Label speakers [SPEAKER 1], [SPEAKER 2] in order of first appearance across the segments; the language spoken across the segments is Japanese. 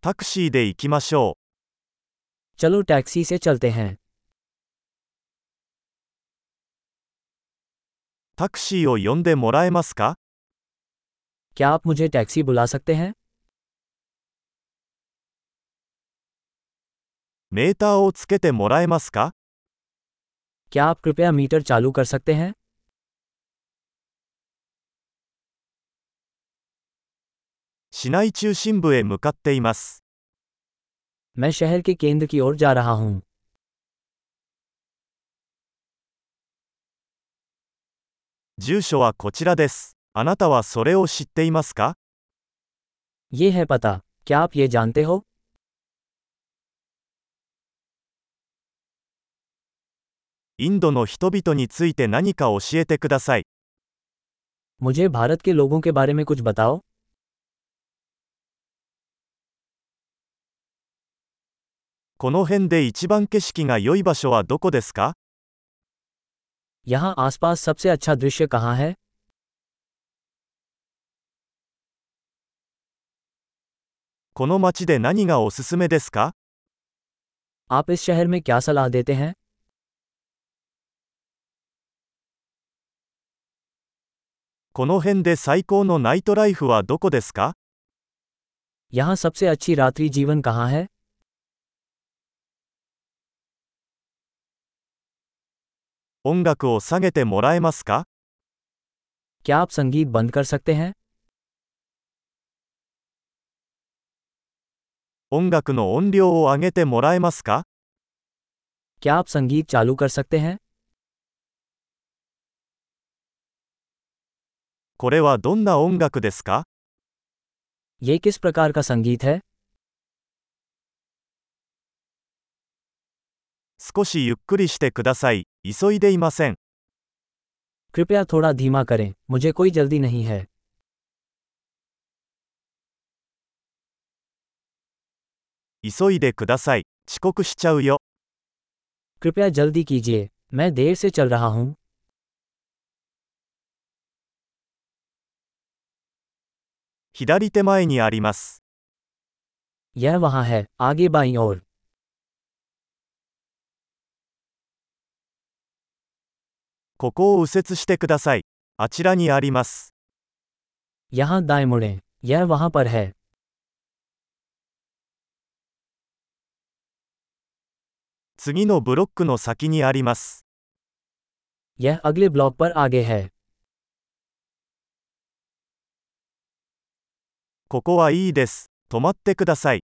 [SPEAKER 1] タクシーで行きましょ
[SPEAKER 2] चलो टैक्सी से चलते हैं
[SPEAKER 1] う。タクシーを呼んでもらえますか
[SPEAKER 2] क्या आप मुझे टैक्सी बुला सकते हैं
[SPEAKER 1] メーターをつけてもらえますか
[SPEAKER 2] क्या आप कृपया मीटर चालू कर सकते हैं
[SPEAKER 1] 市内中心部へ向かっています。
[SPEAKER 2] मैं शहर के केंद्र की ओर जा रहा हूँ
[SPEAKER 1] 住所はこちらです。あなたはそれを知っていますか
[SPEAKER 2] ये है पता क्या आप ये जानते हो
[SPEAKER 1] インドの人々について何か教えてください。
[SPEAKER 2] मुझे भारत के लोगों के बारे में कुछ बताओ
[SPEAKER 1] この辺で一番景色が良い場所はどこですか
[SPEAKER 2] यहाँ आसपास सबसे अच्छा दृश्य कहाँ है
[SPEAKER 1] この街で何がおすすめですか
[SPEAKER 2] आप इस शहर में क्या सलाह देते हैं
[SPEAKER 1] この辺で最高のナイトライフはどこですか
[SPEAKER 2] यहाँ सबसे अच्छी रात्रि जीवन कहाँ है
[SPEAKER 1] 音楽を下げてもらえますか
[SPEAKER 2] क्या आप संगीत बंद कर सकते हैं
[SPEAKER 1] 音楽の音量を上げてもらえますか
[SPEAKER 2] क्या आप संगीत चालू कर सकते हैं
[SPEAKER 1] これはどんな音楽ですか
[SPEAKER 2] ये किस प्रकार का संगीत है
[SPEAKER 1] 少しゆっくりしてください。急いでいません。
[SPEAKER 2] कृपया थोड़ा धीमा करें मुझे कोई जल्दी नहीं है
[SPEAKER 1] 急いでください。遅刻しちゃうよ。
[SPEAKER 2] कृपया जल्दी कीजिए मैं देर से चल रहा हूँ
[SPEAKER 1] 左手前にあります。
[SPEAKER 2] यह वहाँ है आगे बाईं ओर
[SPEAKER 1] ここを右折してください。あちらにあります。
[SPEAKER 2] यहाँ दाएं मुड़ें यह वहाँ पर है
[SPEAKER 1] 次のブロックの先にあります。
[SPEAKER 2] यह अगले ब्लॉक पर आगे है
[SPEAKER 1] ここはいいです。止まってください。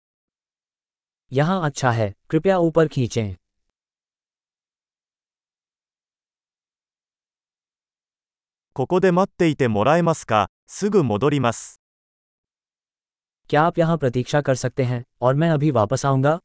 [SPEAKER 2] यहाँ अच्छा है कृपया ऊपर खींचें
[SPEAKER 1] ここで待っていてもらえますかすぐ戻ります。
[SPEAKER 2] क्या आप यहाँ प्रतीक्षा कर सकते हैं और मैं अभी वापस आऊँगा